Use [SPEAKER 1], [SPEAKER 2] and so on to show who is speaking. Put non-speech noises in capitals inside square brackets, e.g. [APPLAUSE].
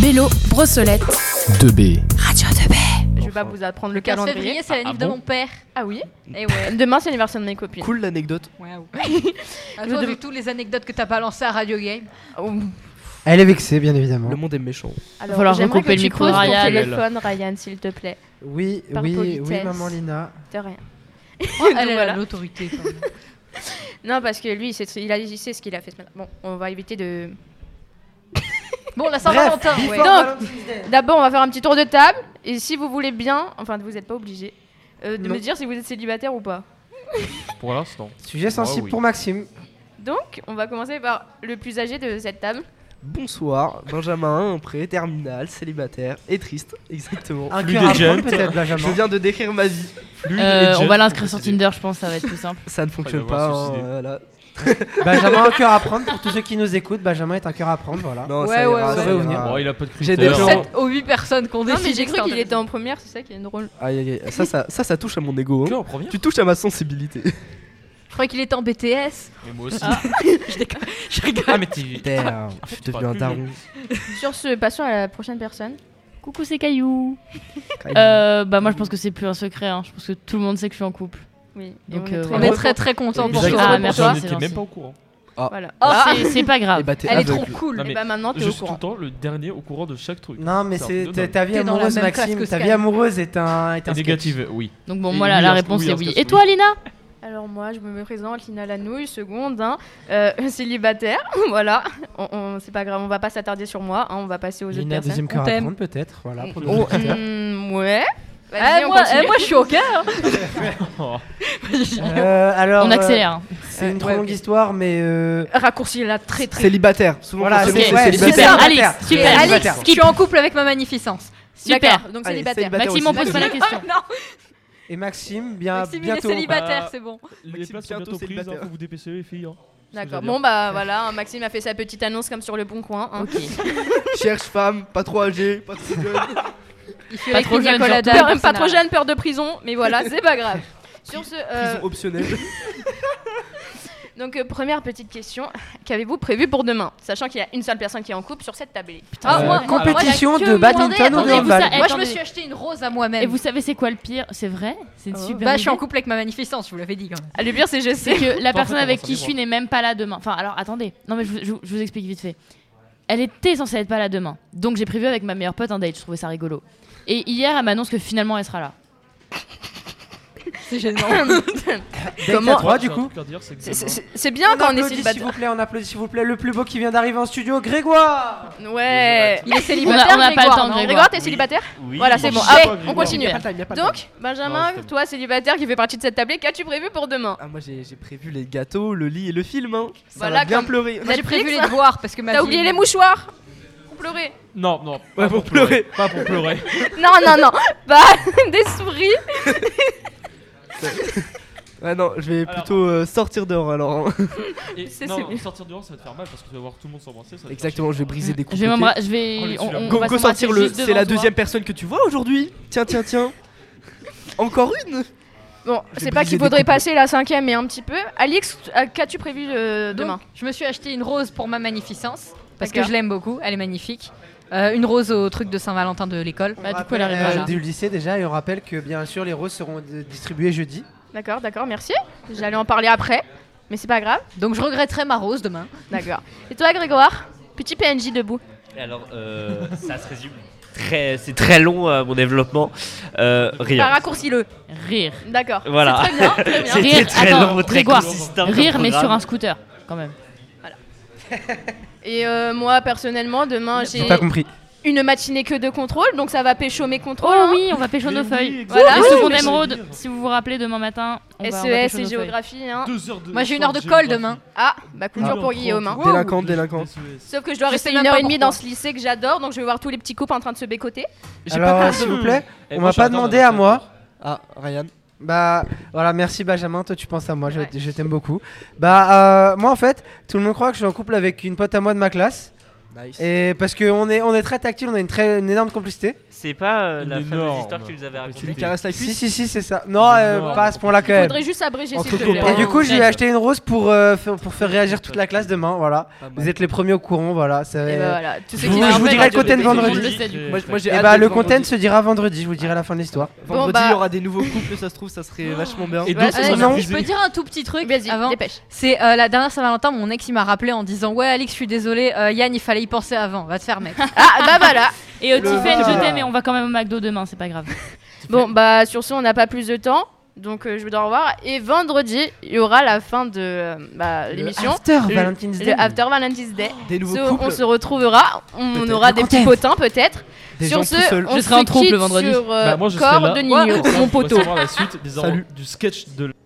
[SPEAKER 1] Bello, Brossolette,
[SPEAKER 2] 2B.
[SPEAKER 1] Radio 2B.
[SPEAKER 3] Je vais pas vous apprendre le
[SPEAKER 4] 15
[SPEAKER 3] calendrier.
[SPEAKER 4] février, c'est l'anniversaire
[SPEAKER 2] Ah
[SPEAKER 4] de
[SPEAKER 2] bon
[SPEAKER 4] mon père.
[SPEAKER 3] Ah oui
[SPEAKER 4] Et ouais.
[SPEAKER 3] Demain, c'est l'anniversaire de mes copines.
[SPEAKER 2] Cool l'anecdote.
[SPEAKER 4] Waouh.
[SPEAKER 3] Je
[SPEAKER 4] Attends,
[SPEAKER 3] dev-
[SPEAKER 4] vu toutes les anecdotes que t'as balancées à Radio Game.
[SPEAKER 3] Oh.
[SPEAKER 5] Elle est vexée, bien évidemment.
[SPEAKER 2] Le monde est méchant.
[SPEAKER 3] Alors,
[SPEAKER 6] falloir
[SPEAKER 3] j'aimerais que
[SPEAKER 6] recouper le
[SPEAKER 3] tu
[SPEAKER 6] micro
[SPEAKER 3] poses
[SPEAKER 6] de Ryan.
[SPEAKER 3] ton téléphone, Ryan, s'il te plaît.
[SPEAKER 5] Oui,
[SPEAKER 3] Par
[SPEAKER 5] oui, oui,
[SPEAKER 3] politesse.
[SPEAKER 5] maman Lina.
[SPEAKER 3] De rien.
[SPEAKER 4] Oh, elle
[SPEAKER 3] [LAUGHS] Donc
[SPEAKER 4] elle
[SPEAKER 3] voilà.
[SPEAKER 4] a l'autorité. quand même.
[SPEAKER 3] [LAUGHS] Non, parce que lui, c'est- il, a, il sait ce qu'il a fait ce matin. Bon, on va éviter de...
[SPEAKER 4] Bon, la Saint-Valentin. ouais.
[SPEAKER 3] Donc, D'abord, on va faire un petit tour de table. Et si vous voulez bien, enfin, vous n'êtes pas obligé euh, de
[SPEAKER 5] Non.
[SPEAKER 3] me dire si vous êtes célibataire ou pas.
[SPEAKER 2] Pour l'instant.
[SPEAKER 5] Sujet sensible
[SPEAKER 2] Ah oui.
[SPEAKER 5] pour Maxime.
[SPEAKER 3] Donc, on va commencer par le plus âgé de cette table.
[SPEAKER 7] Bonsoir, Benjamin, pré, terminal, célibataire et triste, exactement.
[SPEAKER 5] Un
[SPEAKER 2] Plus
[SPEAKER 5] cœur à
[SPEAKER 2] des
[SPEAKER 5] prendre,
[SPEAKER 2] jeunes.
[SPEAKER 5] peut-être,
[SPEAKER 7] Je
[SPEAKER 5] Benjamin.
[SPEAKER 7] viens de décrire ma vie.
[SPEAKER 6] Euh, on va l'inscrire sur Tinder, je pense, ça va être plus simple.
[SPEAKER 7] Ça ne fonctionne
[SPEAKER 2] Faudrait
[SPEAKER 7] pas.
[SPEAKER 2] voir
[SPEAKER 7] hein,
[SPEAKER 2] suicider.
[SPEAKER 7] voilà.
[SPEAKER 5] [LAUGHS] Benjamin, un cœur à prendre. Pour tous ceux qui nous écoutent, Benjamin est un cœur à prendre, voilà.
[SPEAKER 7] Non,
[SPEAKER 3] Ouais,
[SPEAKER 7] ça
[SPEAKER 3] ouais,
[SPEAKER 7] ira,
[SPEAKER 3] ouais.
[SPEAKER 7] ça
[SPEAKER 5] Ça va
[SPEAKER 7] ira.
[SPEAKER 5] venir.
[SPEAKER 2] Bon, il a pas de
[SPEAKER 7] Ah. J'ai des
[SPEAKER 2] critères.
[SPEAKER 7] plans.
[SPEAKER 2] Sept-
[SPEAKER 4] 7 aux 8 personnes qu'on
[SPEAKER 3] Non,
[SPEAKER 4] décide.
[SPEAKER 3] mais j'ai cru
[SPEAKER 4] externe.
[SPEAKER 3] qu'il était en première, c'est ça qui est drôle.
[SPEAKER 7] Aïe, aïe, aïe. Ça, ça, ça, ça touche à mon ego. hein.
[SPEAKER 2] Que en première
[SPEAKER 7] Tu touches à ma sensibilité.
[SPEAKER 4] Je croyais qu'il était en BTS.
[SPEAKER 2] Mais moi aussi. [LAUGHS]
[SPEAKER 6] Ah.
[SPEAKER 4] Je rigole.
[SPEAKER 2] Ah, mais t'es.
[SPEAKER 5] Terre.
[SPEAKER 2] En fait,
[SPEAKER 7] Je
[SPEAKER 2] tu
[SPEAKER 7] deviens
[SPEAKER 2] parles
[SPEAKER 7] un
[SPEAKER 2] plus,
[SPEAKER 7] daron.
[SPEAKER 3] Sur ce, passons à la prochaine personne.
[SPEAKER 6] Coucou, c'est Caillou. Euh, bah, moi, je pense que c'est plus un secret. hein. Je pense que tout le monde sait que je suis en couple.
[SPEAKER 3] Oui. et
[SPEAKER 6] Donc,
[SPEAKER 3] on est
[SPEAKER 6] euh,
[SPEAKER 3] très
[SPEAKER 4] On
[SPEAKER 6] voilà.
[SPEAKER 4] est
[SPEAKER 3] heureux
[SPEAKER 4] très
[SPEAKER 3] pour-
[SPEAKER 4] très contents pour
[SPEAKER 3] Ah Exactement.
[SPEAKER 4] toi.
[SPEAKER 6] Ah, merci.
[SPEAKER 2] J'en
[SPEAKER 6] c'est
[SPEAKER 2] étais
[SPEAKER 6] gentil.
[SPEAKER 2] même pas au courant.
[SPEAKER 3] Voilà.
[SPEAKER 4] Ah.
[SPEAKER 6] C'est- C'est pas
[SPEAKER 7] Eh [LAUGHS]
[SPEAKER 6] grave.
[SPEAKER 7] bah, t'es
[SPEAKER 4] Elle est trop
[SPEAKER 7] aveugle.
[SPEAKER 4] cool.
[SPEAKER 2] Non,
[SPEAKER 3] Et
[SPEAKER 2] mais
[SPEAKER 3] bah maintenant, t'es
[SPEAKER 2] je
[SPEAKER 3] au
[SPEAKER 2] suis tout
[SPEAKER 3] courant.
[SPEAKER 2] le temps le dernier au courant de chaque truc.
[SPEAKER 5] Non, mais
[SPEAKER 2] Ça,
[SPEAKER 5] c'est
[SPEAKER 2] non,
[SPEAKER 5] ta-
[SPEAKER 2] non.
[SPEAKER 5] ta vie
[SPEAKER 4] T'es dans la
[SPEAKER 5] amoureuse,
[SPEAKER 4] même classe
[SPEAKER 5] Maxime.
[SPEAKER 4] que
[SPEAKER 5] Ta vie
[SPEAKER 4] Sky.
[SPEAKER 5] amoureuse est un. Est
[SPEAKER 2] Et
[SPEAKER 5] un sketch.
[SPEAKER 2] négative, oui.
[SPEAKER 6] Donc, bon,
[SPEAKER 2] Et
[SPEAKER 6] voilà,
[SPEAKER 2] oui,
[SPEAKER 6] la
[SPEAKER 2] un-
[SPEAKER 6] réponse
[SPEAKER 2] oui,
[SPEAKER 6] est
[SPEAKER 2] un
[SPEAKER 6] oui.
[SPEAKER 2] sketch,
[SPEAKER 6] Et
[SPEAKER 4] [LAUGHS]
[SPEAKER 6] toi, Lina
[SPEAKER 3] Alors moi, je me présente, Lina Lanouille, seconde, hein, euh, [LAUGHS] célibataire, voilà. On, on- c'est pas grave, on va pas s'attarder sur moi, hein, on va passer aux
[SPEAKER 5] Lina,
[SPEAKER 3] autres personnes.
[SPEAKER 5] deuxième cœur à
[SPEAKER 4] t'aime.
[SPEAKER 5] prendre, peut-être. Voilà. pour nos
[SPEAKER 3] Oh,
[SPEAKER 5] auditeurs.
[SPEAKER 3] hmm, ouais. Vas-y,
[SPEAKER 4] Eh,
[SPEAKER 3] on
[SPEAKER 4] moi, eh,
[SPEAKER 3] continue.
[SPEAKER 4] moi, je suis au cœur.
[SPEAKER 5] Euh,
[SPEAKER 6] [LAUGHS]
[SPEAKER 5] alors,
[SPEAKER 6] On
[SPEAKER 5] euh,
[SPEAKER 6] accélère. hein.
[SPEAKER 5] C'est une trop
[SPEAKER 3] ouais,
[SPEAKER 5] longue
[SPEAKER 3] ok.
[SPEAKER 5] histoire, mais. euh,
[SPEAKER 3] Raccourci là, très très.
[SPEAKER 7] Célibataire. Souvent,
[SPEAKER 5] Voilà,
[SPEAKER 7] quand
[SPEAKER 5] c'est
[SPEAKER 7] Ah, c'est
[SPEAKER 6] Ok,
[SPEAKER 7] bon, c'est
[SPEAKER 5] ouais,
[SPEAKER 6] super.
[SPEAKER 5] c'est
[SPEAKER 7] célibataire.
[SPEAKER 5] ça.
[SPEAKER 6] Alex,
[SPEAKER 4] Et
[SPEAKER 6] super.
[SPEAKER 4] Alex,
[SPEAKER 5] Célibataire.
[SPEAKER 4] je suis en couple avec ma magnificence.
[SPEAKER 6] Super.
[SPEAKER 3] D'accord, Donc
[SPEAKER 7] Allez,
[SPEAKER 3] célibataire.
[SPEAKER 7] célibataire
[SPEAKER 6] Maxime,
[SPEAKER 7] aussi.
[SPEAKER 6] on pose pas la question.
[SPEAKER 4] [LAUGHS] Non,
[SPEAKER 5] Et Maxime, bien
[SPEAKER 4] Maxime, il est
[SPEAKER 5] Ah, bientôt.
[SPEAKER 4] célibataire,
[SPEAKER 2] Bah,
[SPEAKER 4] c'est bon.
[SPEAKER 2] Les
[SPEAKER 7] Maxime,
[SPEAKER 2] places
[SPEAKER 7] bientôt
[SPEAKER 2] sont bientôt prises, hein,
[SPEAKER 7] célibataire.
[SPEAKER 2] faut vous dépêcher les filles. hein.
[SPEAKER 3] D'accord.
[SPEAKER 2] C'est ce que je veux
[SPEAKER 3] Bon bah voilà, hein, Maxime a fait sa petite annonce comme sur le bon coin. hein. [LAUGHS]
[SPEAKER 6] Ok.
[SPEAKER 7] Cherche femme, pas trop âgée, pas trop jeune.
[SPEAKER 6] Euh,
[SPEAKER 4] Il fait
[SPEAKER 6] Pas
[SPEAKER 4] avec
[SPEAKER 6] trop
[SPEAKER 4] Pina
[SPEAKER 6] jeune,
[SPEAKER 4] Colada,
[SPEAKER 3] Peur- pas
[SPEAKER 4] Bolsonaro.
[SPEAKER 3] trop jeune, peur de prison, mais voilà, c'est pas grave. [LAUGHS] Sur ce, euh,
[SPEAKER 7] Prison optionnelle.
[SPEAKER 3] donc euh, première petite question, [LAUGHS] qu'avez-vous prévu pour demain, sachant qu'il y a une seule personne qui est en couple sur cette table.
[SPEAKER 4] Ah,
[SPEAKER 5] Euh,
[SPEAKER 4] moi- moi,
[SPEAKER 5] compétition
[SPEAKER 4] il y a que
[SPEAKER 5] de
[SPEAKER 4] moi.
[SPEAKER 5] badminton ou de
[SPEAKER 6] Attendez, vous,
[SPEAKER 5] handball.
[SPEAKER 6] ça-
[SPEAKER 4] Moi, je
[SPEAKER 6] Attendez.
[SPEAKER 4] me suis acheté une rose à
[SPEAKER 6] Et
[SPEAKER 4] moi-même.
[SPEAKER 6] vous savez c'est quoi le pire C'est vrai C'est une
[SPEAKER 3] Oh.
[SPEAKER 6] super
[SPEAKER 4] Bah, je suis en
[SPEAKER 6] idée.
[SPEAKER 4] couple avec ma magnificence, je vous l'avais dit quand même.
[SPEAKER 3] Ah, le pire, c'est je sais.
[SPEAKER 6] C'est que la
[SPEAKER 2] Attends,
[SPEAKER 6] personne
[SPEAKER 2] attends,
[SPEAKER 6] avec
[SPEAKER 2] attends,
[SPEAKER 6] qui je
[SPEAKER 2] attends.
[SPEAKER 6] suis n'est même pas là demain. Enfin, alors attendez. Non, mais je vous, je vous- je vous explique vite fait. Elle était censée être pas là demain. Donc j'ai prévu avec ma meilleure pote un date. Je trouvais ça rigolo. Et hier, elle m'annonce que finalement elle sera là.
[SPEAKER 4] C'est gênant.
[SPEAKER 5] Date à
[SPEAKER 3] Comment-
[SPEAKER 5] trois, du coup
[SPEAKER 2] Pour dire, c'est
[SPEAKER 3] [LAUGHS]
[SPEAKER 2] que
[SPEAKER 3] C'est-
[SPEAKER 2] demain-
[SPEAKER 3] C'est c'est bien quand on est
[SPEAKER 5] applaudit, s'il
[SPEAKER 3] célibataire.
[SPEAKER 5] vous plaît, on applaudit s'il vous plaît le plus beau qui vient d'arriver en studio, Grégoire.
[SPEAKER 3] Ouais.
[SPEAKER 4] Il est
[SPEAKER 6] On a-
[SPEAKER 4] célibataire.
[SPEAKER 6] on n'a pas le
[SPEAKER 4] Grégoire,
[SPEAKER 6] temps,
[SPEAKER 4] non
[SPEAKER 6] Grégoire.
[SPEAKER 3] Grégoire, t'es célibataire
[SPEAKER 2] Oui,
[SPEAKER 3] Voilà,
[SPEAKER 2] bon,
[SPEAKER 3] c'est bon.
[SPEAKER 2] je sais
[SPEAKER 3] Allez,
[SPEAKER 2] pas,
[SPEAKER 3] on
[SPEAKER 2] Grégoire.
[SPEAKER 3] continue.
[SPEAKER 6] Super.
[SPEAKER 3] Donc,
[SPEAKER 2] Non,
[SPEAKER 3] Benjamin,
[SPEAKER 2] c'est bon.
[SPEAKER 3] toi, célibataire qui fait partie de cette tablée, qu'as-tu prévu pour demain
[SPEAKER 7] Ah, moi j'ai j'ai prévu les gâteaux, le lit et le film. Hein. Ça
[SPEAKER 3] Voilà,
[SPEAKER 7] va bien
[SPEAKER 3] comme-
[SPEAKER 7] pleurer.
[SPEAKER 3] Vous
[SPEAKER 4] Moi, J'ai
[SPEAKER 3] Netflix,
[SPEAKER 4] prévu les
[SPEAKER 3] hein.
[SPEAKER 4] devoirs parce que ma
[SPEAKER 3] T'as
[SPEAKER 4] vie-
[SPEAKER 3] oubliez les mouchoirs Pour pleurer
[SPEAKER 2] Non, non.
[SPEAKER 7] Ouais,
[SPEAKER 2] pas
[SPEAKER 7] pour
[SPEAKER 2] Pas pour pleurer.
[SPEAKER 3] Non, non, non [LAUGHS] Pas des souris
[SPEAKER 7] Ouais, non, je vais
[SPEAKER 2] Alors-
[SPEAKER 7] plutôt euh, sortir dehors alors. hein.
[SPEAKER 2] Et
[SPEAKER 3] C'est-
[SPEAKER 2] non,
[SPEAKER 3] c'est bien.
[SPEAKER 2] sortir dehors, ça va te faire mal parce que tu vas voir tout le monde s'embrasser. ça va te
[SPEAKER 7] [LAUGHS]
[SPEAKER 2] faire
[SPEAKER 7] Exactement, je vais briser des
[SPEAKER 6] Je
[SPEAKER 7] coups.
[SPEAKER 6] vais
[SPEAKER 7] de
[SPEAKER 6] m'embrasser. Je
[SPEAKER 2] Oh,
[SPEAKER 6] vais.
[SPEAKER 2] le celui-là.
[SPEAKER 6] on- on- on
[SPEAKER 7] Go,
[SPEAKER 6] va
[SPEAKER 7] go
[SPEAKER 6] s'embrasser
[SPEAKER 7] sortir le.
[SPEAKER 6] juste
[SPEAKER 7] C'est
[SPEAKER 6] devant
[SPEAKER 7] la
[SPEAKER 6] toi.
[SPEAKER 7] deuxième personne que tu vois aujourd'hui. Tiens, tiens, tiens. Encore une
[SPEAKER 3] Bon,
[SPEAKER 7] J'ai
[SPEAKER 3] c'est pas
[SPEAKER 7] brisé
[SPEAKER 3] qu'il
[SPEAKER 7] des
[SPEAKER 3] faudrait
[SPEAKER 7] couples.
[SPEAKER 3] passer la cinquième, mais un petit peu. Alix, t- euh, qu'as-tu prévu euh,
[SPEAKER 4] Donc,
[SPEAKER 3] demain
[SPEAKER 4] Je me suis acheté une rose pour ma magnificence parce que
[SPEAKER 3] D'accord.
[SPEAKER 4] je l'aime beaucoup, elle est magnifique. Euh, une rose au truc de Saint-Valentin de l'école.
[SPEAKER 6] Bah, du coup, elle arrive.
[SPEAKER 5] Euh,
[SPEAKER 4] Voilà.
[SPEAKER 5] Du lycée déjà, et on rappelle que bien sûr les roses seront euh, distribuées jeudi.
[SPEAKER 3] D'accord, d'accord, merci. J'allais en parler après, mais c'est pas grave.
[SPEAKER 4] Donc je regretterai ma rose demain.
[SPEAKER 3] D'accord. Et toi, Grégoire Petit PNJ debout.
[SPEAKER 8] Alors, euh, [LAUGHS] ça se résume. Très, c'est très long euh, mon développement. Euh,
[SPEAKER 3] Bah,
[SPEAKER 8] rien.
[SPEAKER 3] Raccourcis-le.
[SPEAKER 6] Rire.
[SPEAKER 3] D'accord.
[SPEAKER 8] Voilà.
[SPEAKER 3] C'est très bien, très bien.
[SPEAKER 8] C'était [LAUGHS]
[SPEAKER 6] Rire,
[SPEAKER 8] très
[SPEAKER 6] attends,
[SPEAKER 8] long, très
[SPEAKER 6] Grégoire,
[SPEAKER 8] consistant. comme
[SPEAKER 6] Rire, mais sur un
[SPEAKER 8] programme.
[SPEAKER 6] scooter quand même.
[SPEAKER 3] Et euh, moi, personnellement, demain, j'ai
[SPEAKER 5] compris.
[SPEAKER 3] une matinée que de contrôle, donc ça va pécho mes contrôles.
[SPEAKER 6] Oh
[SPEAKER 3] hein.
[SPEAKER 6] oui, on va pêcher nos
[SPEAKER 2] oui,
[SPEAKER 6] feuilles.
[SPEAKER 2] exactement.
[SPEAKER 6] Voilà, Ah,
[SPEAKER 3] Oui,
[SPEAKER 6] seconde
[SPEAKER 3] mais je-
[SPEAKER 6] émeraude. Si vous vous rappelez, demain matin. on va- on va
[SPEAKER 3] SES
[SPEAKER 6] pêcher nos
[SPEAKER 3] E et
[SPEAKER 6] feuilles.
[SPEAKER 3] géographie. Hein.
[SPEAKER 2] Deux heures de
[SPEAKER 4] Moi, j'ai une heure de
[SPEAKER 2] géographie.
[SPEAKER 4] colle demain.
[SPEAKER 3] Ah, bah coup
[SPEAKER 2] Une
[SPEAKER 3] dur
[SPEAKER 2] heure
[SPEAKER 3] pour
[SPEAKER 2] trente.
[SPEAKER 3] Guillaume. hein.
[SPEAKER 7] Délinquante, délinquante.
[SPEAKER 2] SES.
[SPEAKER 3] Sauf que je dois
[SPEAKER 4] Je
[SPEAKER 3] rester
[SPEAKER 4] sais
[SPEAKER 3] une
[SPEAKER 4] même
[SPEAKER 3] heure
[SPEAKER 4] pas
[SPEAKER 3] et demie
[SPEAKER 4] pourquoi.
[SPEAKER 3] dans ce lycée que j'adore, donc je vais voir tous les petits couples en train de se bécoter.
[SPEAKER 2] J'ai pas
[SPEAKER 5] Alors
[SPEAKER 2] de-
[SPEAKER 5] s'il vous plaît,
[SPEAKER 2] Eh,
[SPEAKER 5] on
[SPEAKER 2] moi,
[SPEAKER 5] m'a pas
[SPEAKER 2] j'adore
[SPEAKER 5] demandé
[SPEAKER 2] la
[SPEAKER 5] à moi.
[SPEAKER 7] Ah, Ryan.
[SPEAKER 5] Bah voilà, merci Benjamin, toi tu penses à moi, je,
[SPEAKER 3] Ouais.
[SPEAKER 5] je t'aime beaucoup. Bah euh, moi en fait, tout le monde croit que je suis en couple avec une pote à moi de ma classe.
[SPEAKER 7] Nice.
[SPEAKER 5] Et parce qu'on est, on est très tactile, on a une, très, une énorme complicité.
[SPEAKER 8] C'est pas euh, la
[SPEAKER 2] Une
[SPEAKER 8] fameuse
[SPEAKER 2] énorme
[SPEAKER 8] histoire que tu nous avais
[SPEAKER 2] complicité.
[SPEAKER 8] racontée.
[SPEAKER 7] Il caresse Ah, la
[SPEAKER 5] Si,
[SPEAKER 7] cuisse.
[SPEAKER 5] si, si, c'est ça. Non,
[SPEAKER 2] Une
[SPEAKER 5] euh,
[SPEAKER 2] énorme
[SPEAKER 5] pas à ce point-là quand même.
[SPEAKER 3] Faudrait juste abréger,
[SPEAKER 7] Entre
[SPEAKER 3] s'il te plaît.
[SPEAKER 7] copains.
[SPEAKER 5] Et du coup, je lui ai acheté une rose pour, euh, faire- pour faire réagir toute la classe demain. Voilà.
[SPEAKER 7] Pas mal.
[SPEAKER 5] Vous êtes les premiers au courant. Voilà. Ça-
[SPEAKER 3] Et bah voilà, tout ce
[SPEAKER 5] Vous-
[SPEAKER 3] qui
[SPEAKER 5] je
[SPEAKER 3] l'a
[SPEAKER 5] vous
[SPEAKER 3] fait,
[SPEAKER 5] dirai le
[SPEAKER 3] tout
[SPEAKER 5] content
[SPEAKER 3] le
[SPEAKER 5] vendredi.
[SPEAKER 3] monde le sait, du coup.
[SPEAKER 2] Ouais.
[SPEAKER 7] Moi, moi, j'ai
[SPEAKER 5] Et
[SPEAKER 7] hâte
[SPEAKER 5] bah,
[SPEAKER 7] d'être
[SPEAKER 5] le
[SPEAKER 7] vendredi.
[SPEAKER 5] content se dira vendredi. Je vous dirai la fin de l'histoire.
[SPEAKER 7] Vendredi,
[SPEAKER 3] bah-
[SPEAKER 7] il y aura des nouveaux couples, ça se trouve, ça serait vachement bien.
[SPEAKER 2] Et hein.
[SPEAKER 4] Ouais,
[SPEAKER 2] donc,
[SPEAKER 4] euh,
[SPEAKER 2] sans
[SPEAKER 5] Eh, non.
[SPEAKER 4] je peux
[SPEAKER 2] abuser.
[SPEAKER 4] dire un tout petit truc
[SPEAKER 3] Vas-y,
[SPEAKER 4] avant.
[SPEAKER 3] dépêche.
[SPEAKER 4] C'est euh, la dernière Saint-Valentin, mon ex il m'a rappelé en disant Ouais, Alix, je suis désolée, euh, Yann, il fallait y penser avant, va te faire mec.
[SPEAKER 3] Ah bah voilà.
[SPEAKER 6] Et euh,
[SPEAKER 7] Le
[SPEAKER 6] Tiffen,
[SPEAKER 7] voilà.
[SPEAKER 6] je t'aime et on va quand même au McDo demain, c'est pas grave.
[SPEAKER 3] Bon bah sur ce, on n'a pas plus de temps. Donc euh, je vais devoir revoir. Et vendredi, il y aura la fin de euh, bah, l'émission.
[SPEAKER 5] After
[SPEAKER 3] Le-
[SPEAKER 5] Valentine's Day.
[SPEAKER 3] Le After Valentine's Day.
[SPEAKER 7] Des nouveaux
[SPEAKER 3] So,
[SPEAKER 7] couples.
[SPEAKER 3] on se retrouvera, on
[SPEAKER 7] Peut-être.
[SPEAKER 3] aura
[SPEAKER 5] Le
[SPEAKER 3] des petits potins peut-être.
[SPEAKER 7] Des
[SPEAKER 3] Sur
[SPEAKER 7] gens
[SPEAKER 3] ce,
[SPEAKER 7] tout seuls.
[SPEAKER 3] on
[SPEAKER 6] Je
[SPEAKER 3] se
[SPEAKER 6] serai en trompe le
[SPEAKER 3] quitte
[SPEAKER 6] vendredi.
[SPEAKER 3] sur euh,
[SPEAKER 2] Bah, moi, je serai
[SPEAKER 3] corps
[SPEAKER 2] là.
[SPEAKER 3] de
[SPEAKER 2] Ouais.
[SPEAKER 3] Nino,
[SPEAKER 2] Ça,
[SPEAKER 3] mon
[SPEAKER 2] on va
[SPEAKER 3] poteau.
[SPEAKER 2] savoir la suite des
[SPEAKER 7] Salut.
[SPEAKER 2] du sketch de